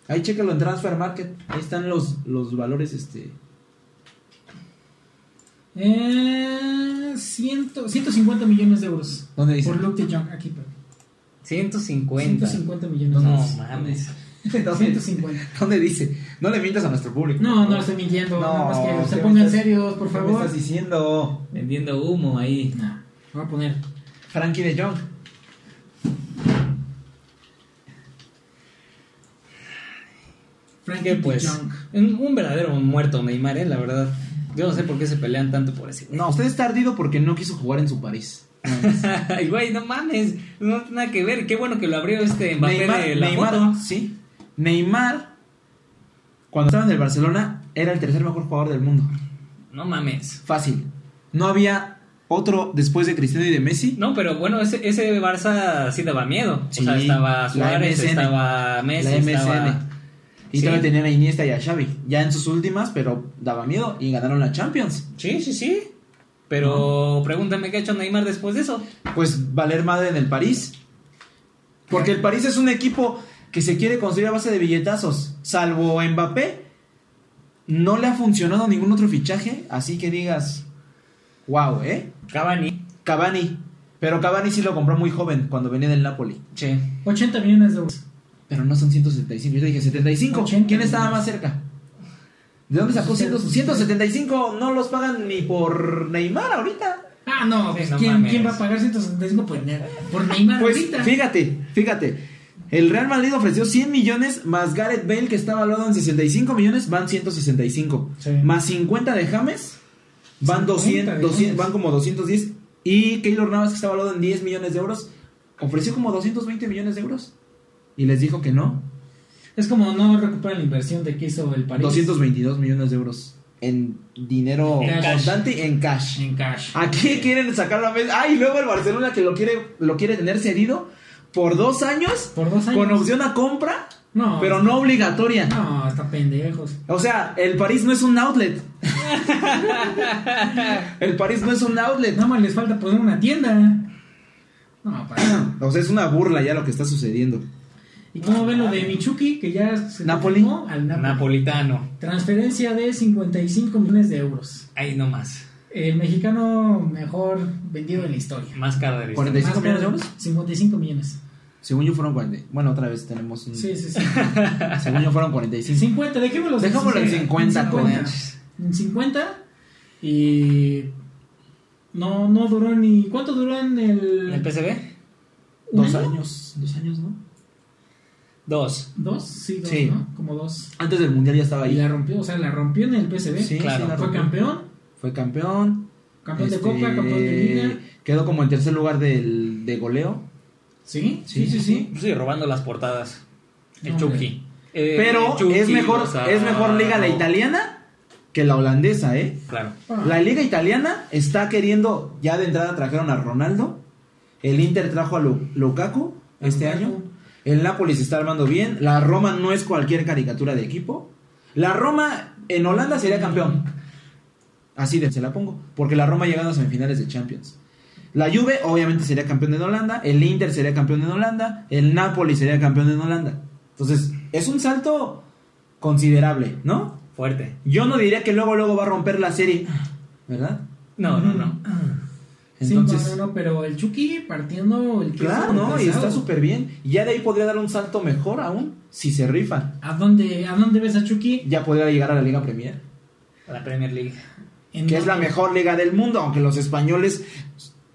Ahí chécalo en Transfer Market. Ahí están los, los valores este Eh, ciento, 150 millones de euros. ¿Dónde dice? Por Luke de Jong, aquí, papi. 150. 150 No, millones de euros. mames. *laughs* ¿Dónde, 150. dónde dice? No le mientas a nuestro público. No, no lo estoy mintiendo. No, nada más que ¿qué se me pongan estás- serios, por ¿Qué me favor. estás diciendo? Vendiendo humo ahí. No, voy a poner. Frankie de Jong. Que Frankie pues, de Jong. un, un verdadero muerto Neymar, eh, la verdad. Yo no sé por qué se pelean tanto por ese. güey. *laughs* No, usted está ardido porque no quiso jugar en su París. Ay, güey, no mames. No tiene nada que ver. Qué bueno que lo abrió este Mbappé Neymar, de la Neymar, foto. sí. Neymar, cuando estaba en el Barcelona, era el tercer mejor jugador del mundo. No mames. Fácil. No había otro después de Cristiano y de Messi. No, pero bueno, ese, ese Barça sí daba miedo. Sí, o sea, estaba la Suárez, MSN. estaba Messi, la MSN. estaba... Y sí. todavía tenían a Iniesta y a Xavi. Ya en sus últimas, pero daba miedo y ganaron la Champions. Sí, sí, sí. Pero pregúntame qué ha hecho Neymar después de eso. Pues valer madre en el París. Porque el París es un equipo que se quiere construir a base de billetazos. Salvo Mbappé, no le ha funcionado ningún otro fichaje. Así que digas, wow, ¿eh? Cavani. Cavani. Pero Cavani sí lo compró muy joven cuando venía del Napoli. Che. 80 millones de euros. Pero no son 175. Yo te dije 75. 80 ¿Quién estaba más cerca? ¿De dónde sacó 100? 175? No los pagan ni por Neymar ahorita. Ah, no, Sí, pues, no ¿quién, mames. ¿quién va a pagar 175 por, ne- por Neymar Pues ahorita? fíjate, fíjate. El Real Madrid ofreció 100 millones más Gareth Bale que está valuado en 65 millones, van 165. Sí. Más 50 de James, van 50 200, de 200, James. van como 210 y Keylor Navas que está valuado en 10 millones de euros, ofreció como 220 millones de euros y les dijo que no. Es como no recuperar la inversión de que hizo el París. 222 millones de euros en dinero En cash. constante y en cash. en cash. Aquí quieren sacar la mesa. Ay, luego el Barcelona que lo quiere, lo quiere tener cedido por dos años, Por dos años. con opción a compra, No. pero no obligatoria. No, hasta pendejos. *laughs* O sea, el París no es un outlet. El París no *clears throat* es un outlet. Nada más les falta poner una tienda. No, para. O sea, es una burla ya lo que está sucediendo. ¿Y cómo ven lo de Michuki? Que ya se Napoli. confirmó al Napoli. Napolitano. Transferencia de 55 millones de euros. Ahí nomás. El mexicano mejor vendido de la historia. Más caro de la historia. 45 Más millones de caro, euros. 55 millones. Según yo fueron 40. Bueno, otra vez tenemos un. Sí, *laughs* sí, sí. Según yo fueron 45. 50, dejémoslo Dejémoslo en 50, En 50. coño. En 50, y no, no duró ni. ¿Cuánto duró en el. ¿En el PCB? ¿Un Dos año? años. Dos años, ¿no? Dos. ¿Dos? Sí, dos, Sí. ¿no? Como dos. Antes del mundial ya estaba Y ahí. la rompió, o sea, la rompió en el PSV. Sí, sí, claro. la Fue rompió. campeón, Fue campeón. campeón Este, de Copa, campeón de Liga. Quedó como en tercer lugar del, de goleo. Sí, Sí, sí, sí. Sí, robando las portadas. El No, Chucky. Eh, Pero el Chucky, es mejor, o sea, es mejor liga la no. italiana que la holandesa, ¿eh? Claro. Ah, La liga italiana está queriendo, ya de entrada trajeron a Ronaldo, el Inter trajo a Lu- Lukaku este Lukaku. año, el Napoli se está armando bien, la Roma no es cualquier caricatura de equipo, la Roma en Holanda sería campeón, así de, se la pongo, porque la Roma ha llegado a semifinales de Champions. La Juve obviamente sería campeón en Holanda, el Inter sería campeón en Holanda, el Napoli sería campeón en Holanda. Entonces, es un salto considerable, ¿no? Fuerte. Yo no diría que luego luego va a romper la serie, ¿verdad? No, no, no. sí, Entonces, no, no, no, pero el Chucky partiendo el queso claro, ¿no? Y pesado. está súper bien. Y ya de ahí podría dar un salto mejor aún si se rifa. ¿A dónde, ¿A dónde ves a Chucky? Ya podría llegar a la Liga Premier, A La Premier League. En que es la mejor liga del mundo, aunque los españoles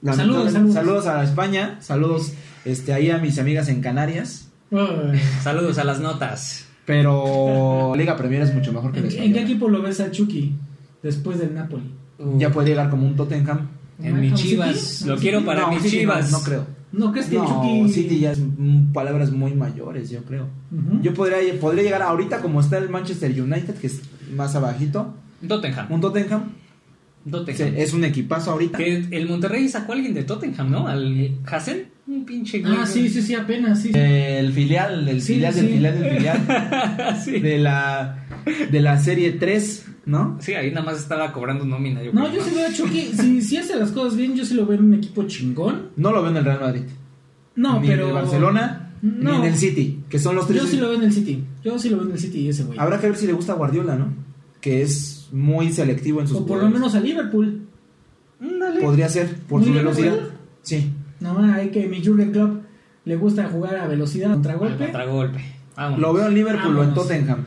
lamentablemente- saludos. saludos a España, saludos este ahí a mis amigas en Canarias, *laughs* Ay, Saludos a las notas. *laughs* pero la Liga Premier es mucho mejor que ¿En, la qué- en qué española. equipo lo ves a Chucky después del Napoli? Uh, Ya puede llegar como un Tottenham. En mis ¿Manchester chivas. City? Lo quiero para No, mis City no, chivas. no creo. ¿No crees que No, Chucky.? City ya es mm, palabras muy mayores, yo creo. Ujú. Yo podría, podría llegar ahorita como está el Manchester United, que es más abajito. Tottenham. Un Tottenham. Tottenham. se- es un equipazo ahorita. Que el Monterrey sacó a alguien de Tottenham, ¿no? Al Hassen. Un pinche güey. Ah, sí, sí, sí, apenas, sí. El filial, el Sí, filial sí. del filial del filial *laughs* sí. de la de la serie 3, ¿no? Sí, ahí nada más estaba cobrando nómina. Yo No, creo. yo sí veo a *laughs* Chucky. si, si hace las cosas bien, yo sí lo veo en un equipo chingón. No lo veo en el Real Madrid. No, ni pero. en el Barcelona, ni No. en el City, que son los tres. Yo sí lo veo en el City. Yo sí lo veo en el City ese güey. Habrá que ver si le gusta a Guardiola, ¿no? Que es muy selectivo en sus O por lo jugadores. menos a Liverpool. podría ser por su Muy bien, velocidad. Guardiola. Sí. No, hay que mi Jurgen Klopp le gusta jugar a velocidad contra Al golpe. Contragolpe. Vámonos. Lo veo en Liverpool o en Vámonos. Tottenham.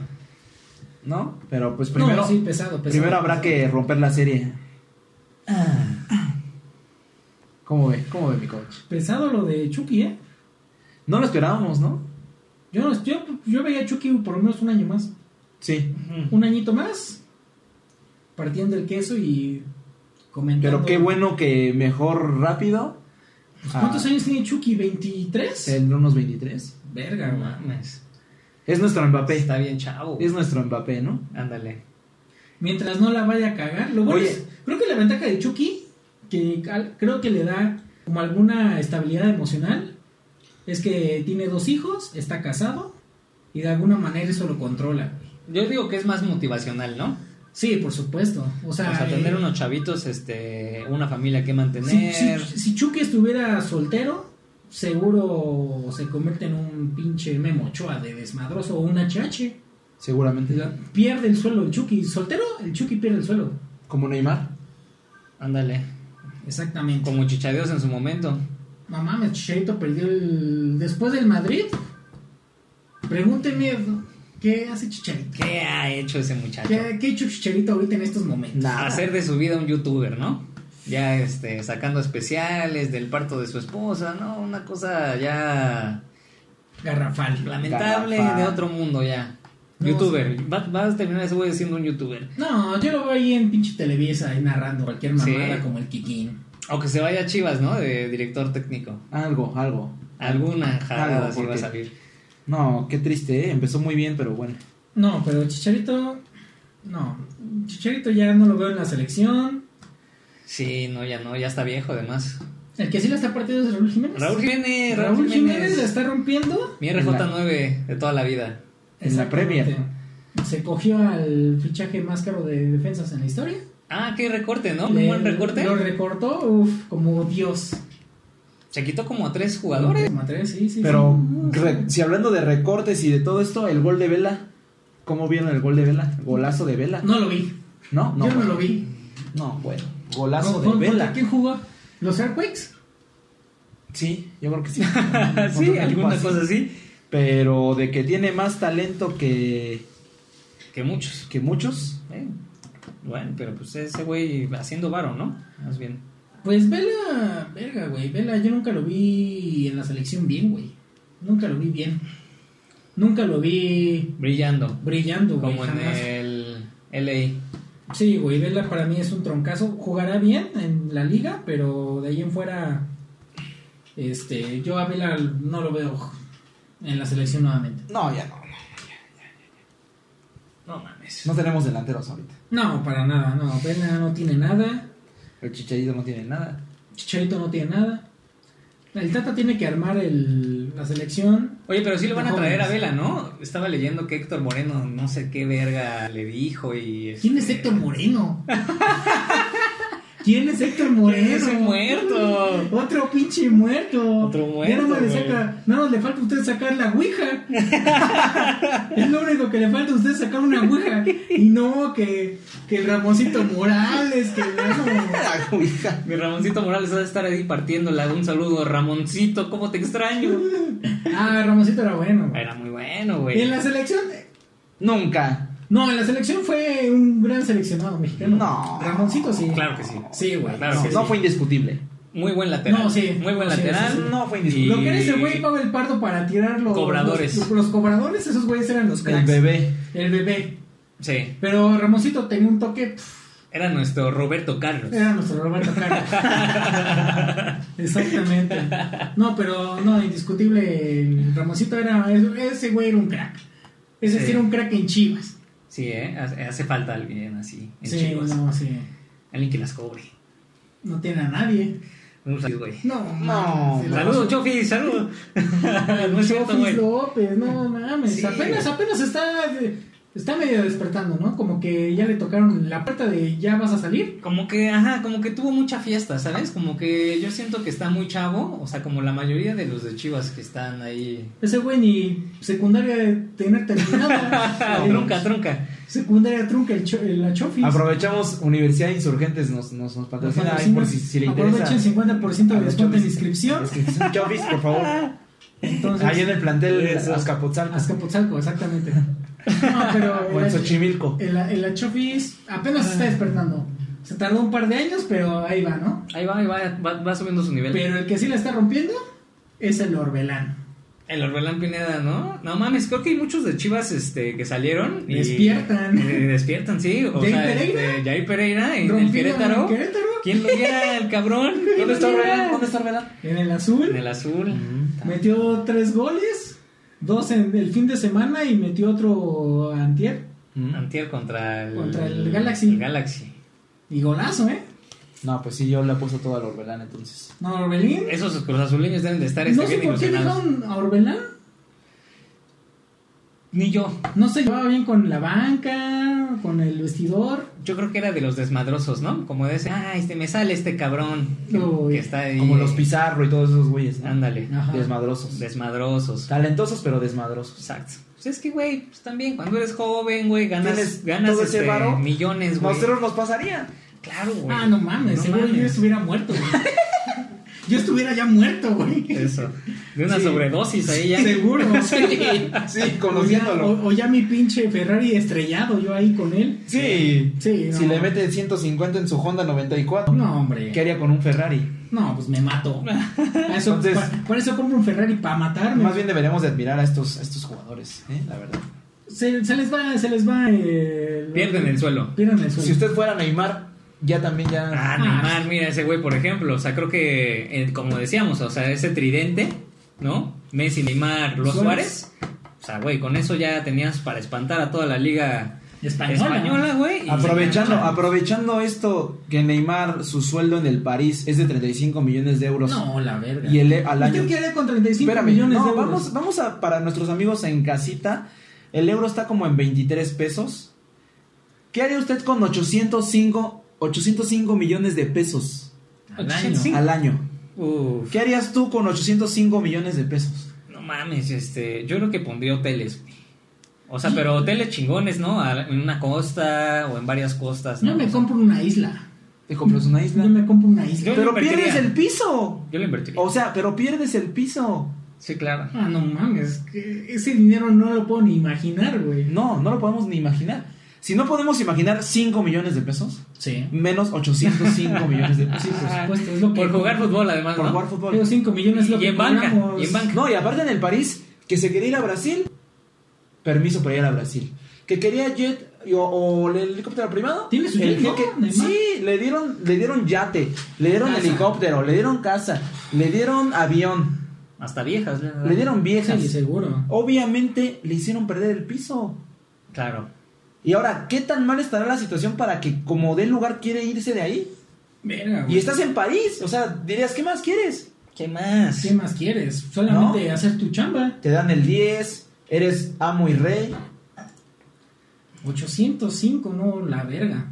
¿No? Pero pues primero no, sí, pesado, pesado. Primero habrá que romper la serie. ¿Cómo ve? ¿Cómo ve mi coach? Pesado lo de Chucky, ¿eh? No lo esperábamos, ¿no? Yo, no- yo, yo veía a Chucky por lo menos un año más. Sí. Ujú. Un añito más. Partiendo el queso y comentando. Pero qué bueno que mejor rápido. Pues, ¿Cuántos Ah, años tiene Chucky? ¿23? Tendrá unos 23. Verga, No güey. mames. Es nuestro Mbappé. Está bien, Oh. chavo. Es nuestro Mbappé, ¿no? Ándale. Mientras no la vaya a cagar. Lo bueno Oye. es- creo que la ventaja de Chucky, que al- creo que le da como alguna estabilidad emocional, es que tiene dos hijos, está casado y de alguna manera eso lo controla. güey. Yo digo que es más motivacional, ¿no? Sí, por supuesto. O sea, o sea, eh, tener unos chavitos, este, una familia que si, mantener. si- si Chucky estuviera soltero, seguro se convierte en un pinche Memo Ochoa de desmadroso o un HH. Seguramente. Pierde el suelo el Chucky. Soltero, el Chucky pierde el suelo. Como Neymar. Ándale. Exactamente. Como chichadeos en su momento. No mames, Chicharito perdió el. Después del Madrid. Pregúntenme, ¿qué hace Chicharito? ¿Qué ha hecho ese muchacho? ¿Qué, qué ha hecho Chicharito ahorita en estos momentos? Hacer de su vida un youtuber, ¿no? Ya este, sacando especiales del parto de su esposa, ¿no? Una cosa ya Garrafal. lamentable Garrafal. de otro mundo ya. No, youtuber. Va- vas a terminar ese güey siendo un youtuber. No, yo lo veo ahí en pinche Televisa, ahí narrando cualquier mamada Sí. como el Kikín. O que se vaya a Chivas, ¿no? De director técnico. Algo, algo. Alguna jarada Algo, se va a porque- salir. No, qué triste, ¿eh? Empezó muy bien, pero bueno. No, pero Chicharito. No, Chicharito ya no lo veo en la selección. Sí, no, ya no, ya está viejo además. El que sí la está partiendo es Raúl Jiménez. Raúl Jiménez, Raúl, Raúl Jiménez la Jiménez. está rompiendo. Mi RJ9 de toda la vida. En la Exactamente. Premier. se cogió al fichaje más caro de defensas en la historia. Ah, qué recorte, ¿no? Le- Un buen recorte. Lo recortó, uff, como Dios. Se quitó como a tres jugadores. Como a tres, sí, sí, Pero sí. re- si hablando de recortes y de todo esto, el gol de Vela. ¿Cómo vieron el gol de Vela? Golazo de Vela. No lo vi. No, no. Yo no bueno. lo vi. No, bueno. Golazo ¿Con- de con- Vela. contra ¿Quién jugó? ¿Los Airquakes? Sí, yo creo que *laughs* sí. Contra sí, un equipo alguna así. cosa así. Pero de que tiene más talento que, Que muchos. que muchos. Eh, Bueno, pero pues ese güey haciendo varo, ¿no? Más bien. Pues Vela, verga, güey. Vela, yo nunca lo vi en la selección bien, güey. Nunca lo vi bien. Nunca lo vi Brillando. brillando, güey. Como en jamás. el LA. Sí, güey, Vela para mí es un troncazo. Jugará bien en la liga, pero de ahí en fuera, este, yo a Vela no lo veo en la selección nuevamente. No, ya no. No mames. No tenemos delanteros ahorita. No, para nada, no. Vela no tiene nada. El Chicharito no tiene nada. Chicharito no tiene nada. El Tata tiene que armar el, la selección. Oye, pero sí lo van a De traer a jóvenes. Vela, ¿no? Estaba leyendo que Héctor Moreno no sé qué verga le dijo y... este- ¿Quién es Héctor *laughs* Moreno? ¿Quién es Héctor Moreno? ¡Ese muerto! Otro pinche muerto. Otro muerto, Ya nada más le güey. saca, nada más le falta a usted sacar la ouija. es lo único que le falta a usted sacar una ouija. Y no que, que el Ramoncito Morales, que no. La *laughs* cobija. Mi Ramoncito Morales va a estar ahí partiéndola. Un saludo, Ramoncito, ¿cómo te extraño? Ah, Ramoncito era bueno. güey. Era muy bueno, Y en güey. la selección, Nunca. no, en la selección fue un gran seleccionado mexicano. No. Ramoncito sí. Claro que sí. Ah, Sí, güey. Claro No, que no sí. fue indiscutible. Muy buen lateral. No, sí. Muy buen Sí, sí, lateral. sí. No fue indiscutible. Lo que era ese Y- güey, Pablo el Pardo, para tirar los Cobradores. Los, los cobradores, esos güeyes eran los cracks. El bebé. El bebé. Sí. Pero Ramoncito tenía un toque. pff, Era nuestro Roberto Carlos. Era nuestro Roberto *laughs* Carlos. Exactamente. No, pero no, indiscutible. el Ramoncito era. Ese güey era un crack. Ese Sí. sí era un crack en Chivas. Sí, ¿eh? Hace hace falta alguien así. En sí, Chivas. no, sí. Alguien que las cobre. No tiene a nadie. Un saludo, güey. No, No, mames, Saludos, *laughs* Chofi, saludos. *laughs* no es cierto, Chofis güey. López, no mames. Sí, apenas, güey. apenas está. Está medio despertando, ¿no? Como que ya le tocaron la puerta de ya vas a salir. Como que, ajá, como que tuvo mucha fiesta, ¿sabes? Como que yo siento que está muy chavo, o sea, como la mayoría de los de Chivas que están ahí. Ese güey ni secundaria de tener *laughs* terminada. Eh, Ah, trunca, trunca. Secundaria trunca el cho- eh, la Chofis. Aprovechamos Universidad de Insurgentes, nos, nos, nos patrocina ahí por si, si le interesa. Aprovechen 50% A de los descuento en Chofis. inscripción. Inscripción, Chofis, por favor. Entonces, Ahí en el plantel Eso. de Azcapotzalco. Azcapotzalco, *laughs* exactamente. No, pero O en el- Xochimilco. el, el, la Chofis apenas está despertando. Se tardó un par de años, pero ahí va, ¿no? Ahí va, ahí va, va, va subiendo su nivel. Pero el que sí la está rompiendo es el Orbelán. El Orbelán Pineda, ¿no? No mames, creo que hay muchos de Chivas este, que salieron. *laughs* Y, Despiertan. Eh, despiertan, sí. O Jair sea, Pereira. este, Jair Pereira en el Rompido Querétaro. en Querétaro. ¿Quién lo viera, el *laughs* cabrón? ¿Dónde está Orbelán? Orbelán? ¿Dónde está Orbelán? En el azul. En el azul. Mm, Metió tres goles, dos en el fin de semana y metió otro antier. mm. Ah. Antier contra el... Contra el Galaxy. el Galaxy. Y golazo, ¿eh? No, pues sí, yo le puse todo al Orbelán entonces. No, Orbelín. Esos cruzazuliños deben de estar este, No sé Eh, bien por qué ilusionados. dejaron a Orbelán. Ni yo. No se llevaba bien con la banca, con el vestidor. Yo creo que era de los desmadrosos, ¿no? Como de ese, ah, este, me sale este cabrón que, Uy. que está ahí. Como los Pizarro y todos esos güeyes. ¿no? Ándale. Ajá. Desmadrosos. Desmadrosos. Talentosos, pero desmadrosos. Exacto. Pues es que, güey, pues también cuando eres joven, güey, ganas, Tienes ganas todo ese este, varo. millones, güey. Nosotros nos pasaría. Claro, güey. Ah, no mames, seguro yo mames. estuviera muerto, *laughs* güey. yo estuviera ya muerto, güey. *laughs* Eso. De una Sí. sobredosis ahí ya. Seguro. *laughs* Sí. *laughs* Sí, O ya, o- o ya mi pinche Ferrari estrellado yo ahí con él. Sí. Sí, no. Si le mete 150 en su Honda 94, No, hombre. ¿qué haría con un Ferrari? No, pues me *laughs* mato. Para eso, Entonces- pa- para eso compro un Ferrari para matarme. Más bien deberíamos de admirar a estos, a estos jugadores, ¿eh? la verdad. Se, se les va, se les va. eh, Pierden el suelo. Pierden el suelo. Si usted fuera Neymar, ya también ya... Ah, Neymar, mira ese güey, por ejemplo. O sea, creo que, eh, como decíamos, o sea, ese tridente, ¿no? Messi, Neymar, los Suárez. Suárez. O sea, güey, con eso ya tenías para espantar a toda la liga Española. española, güey. y- Aprovechando, aprovechando esto, que Neymar, su sueldo en el París es de 35 millones de euros. No, la verga. Y el, E al ¿Usted año... qué haría con 35 Espérame, millones no, de euros? vamos, vamos a, para nuestros amigos en casita, El euro está como en 23 pesos. ¿Qué haría usted con 805, 805 millones de pesos Al año. 85. al año? Uf, ¿Qué harías tú con 805 millones de pesos? no mames, este, yo creo que pondría hoteles, güey. O sea, pero hoteles chingones, ¿no? A- En una costa o en varias costas, ¿no? Yo me O sea, compro una isla. ¿Te compras una isla? Yo me compro una isla. Yo Pero lo invertiría. pierdes el piso. Yo lo invertiría. O sea, pero pierdes el piso. Sí, claro. Ah, no mames. que Ese dinero no lo puedo ni imaginar, güey. No, no lo podemos ni imaginar. Si no podemos imaginar 5 millones de pesos, Sí. menos 805 millones de Sí, pues. pesos. por supuesto. Es lo que Por jugar fútbol, además, Por ¿no? jugar Digo, fútbol. 5 millones es lo Y que en banca, cobramos. y en banca. No, y aparte en el París, que se quería ir a Brasil, permiso para ir a Brasil. Que quería jet o, o el helicóptero privado. Tiene su el jet, ¿no? jeque- Neymar. Sí, le dieron, le dieron yate, le dieron Casa. helicóptero, le dieron casa, le dieron avión, Hasta viejas. ¿no? le dieron viejas. Sí, seguro. Obviamente le hicieron perder el piso. Claro. Y ahora, ¿qué tan mal estará la situación para que como del lugar quiere irse de ahí? Verga, güey. Y estás en París, o sea, dirías, ¿qué más quieres? ¿Qué más? ¿Qué más quieres? Solamente hacer tu chamba. Te dan el 10, eres amo y rey. 805, no, la verga.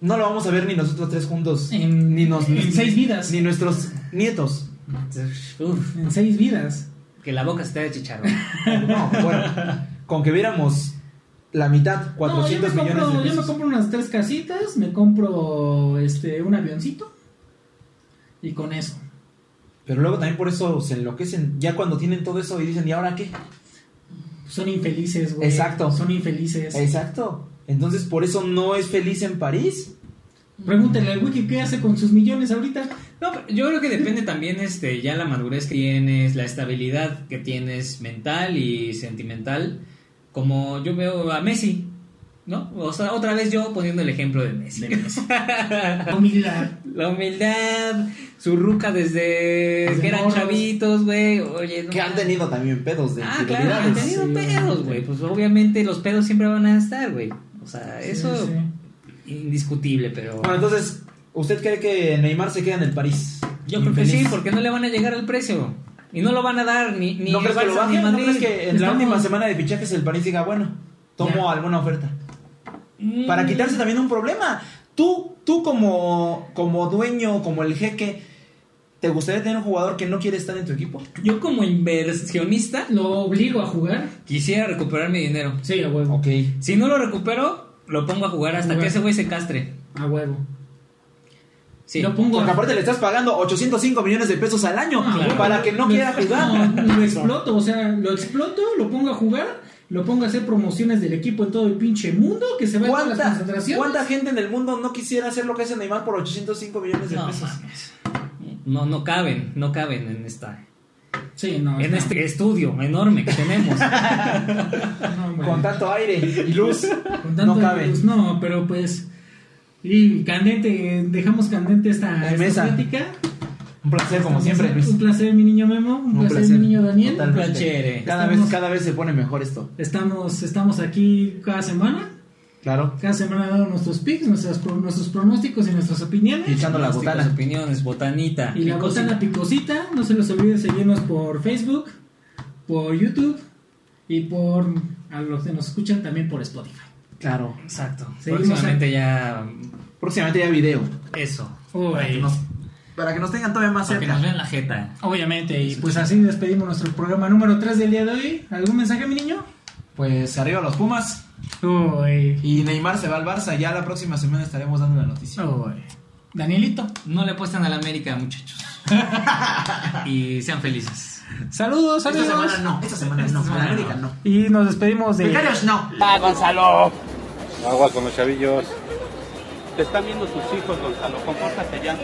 No lo vamos a ver ni nosotros tres juntos. En- ni nos, en ni- seis vidas. Ni nuestros nietos. Uf, En seis vidas. que la boca esté de chicharrón. No, bueno, con que viéramos la mitad, 400 no, yo me millones compro, de Yo me pesos. compro unas tres casitas, me compro este un avioncito y con eso. Pero luego también por eso se enloquecen. Ya cuando tienen todo eso y dicen, ¿y ahora qué? Son infelices, güey. Exacto. Son infelices. Exacto. Entonces por eso no es feliz en París. Pregúntenle al Wiki qué hace con sus millones ahorita. No, pero yo creo que depende también este ya la madurez que tienes, la estabilidad que tienes mental y sentimental. Como yo veo a Messi, ¿no? O sea, otra vez yo poniendo el ejemplo de Messi. Humildad. la humildad, su ruca desde, Desde que eran morros. chavitos, güey. Oye, no Que han mames. tenido también pedos de Ah, claro, han infidelidades. tenido Sí. pedos, güey. Pues obviamente los pedos siempre van a estar, güey. O sea, eso Sí, indiscutible, pero Bueno, entonces, ¿usted cree que Neymar se queda en el París? yo creo que Infeliz. sí, porque no le van a llegar al precio. Y no lo van a dar ni ni ¿No crees que lo Barça, ni baje? ¿No Madrid. crees que en la Estamos- última semana de fichajes el París diga, bueno, tomo Ya. alguna oferta? Mm, Para quitarse también un problema. Tú, tú como, como dueño, como el jeque, ¿te gustaría tener un jugador que no quiere estar en tu equipo? Yo como inversionista sí. Lo obligo a jugar. quisiera recuperar mi dinero. Sí, a huevo. Ok. Si no lo recupero, lo pongo a jugar hasta Bueno. que ese güey se castre. A huevo. Sí. Lo pongo Porque a- aparte le estás pagando 805 millones de pesos al año Ah, claro. para que no quiera Lo- jugar. no, lo exploto, o sea, lo exploto, lo pongo a jugar, lo pongo a hacer promociones del equipo en todo el pinche mundo, que se va a todas las ¿Cuánta, concentraciones. cuánta gente en el mundo no quisiera hacer lo que hace Neymar por 805 millones de no, pesos? mames. no no caben, no caben en esta Sí, no. en no. este estudio enorme que tenemos. No, güey. Con tanto aire y luz, Con tanto no cabe. virus, no, pero pues. Y candente, dejamos candente esta, La esta mesa. plática. Un placer como siempre, Luis. Un placer, mi niño Memo. Un, placer, mi niño Daniel. Totalmente. Plachere. Cada vez, Estamos- cada vez se pone mejor esto. Estamos, estamos aquí cada semana. Claro. Cada semana dando nuestros picks, nuestras, pro- nuestros pronósticos y nuestras Y opiniones. echando la Pronósticos, botana. opiniones, botanita. Y la Picosita. botana picosita. No se los olviden seguirnos por Facebook, por YouTube y por. A los que nos escuchan también por Spotify. Claro. Exacto. Seguimos Próximamente ya Próximamente ya video. eso. Para que nos, para que nos tengan todavía más Para que nos cerca. vean la jeta. Obviamente, y pues así despedimos nuestro programa número 3 del día de hoy. ¿Algún mensaje, mi niño? Pues arriba los Pumas. Uy, Y Neymar se va al Barça. Ya la próxima semana estaremos dando la noticia. uy. Danielito. No le apuestan a la *laughs* América, muchachos. y sean felices. Saludos, Esta amigos. semana no. Esta semana no. semana En América no. no. Y nos despedimos de... Becarios no. Agua con los chavillos. Te están viendo tus hijos, Gonzalo. Compórtate ya.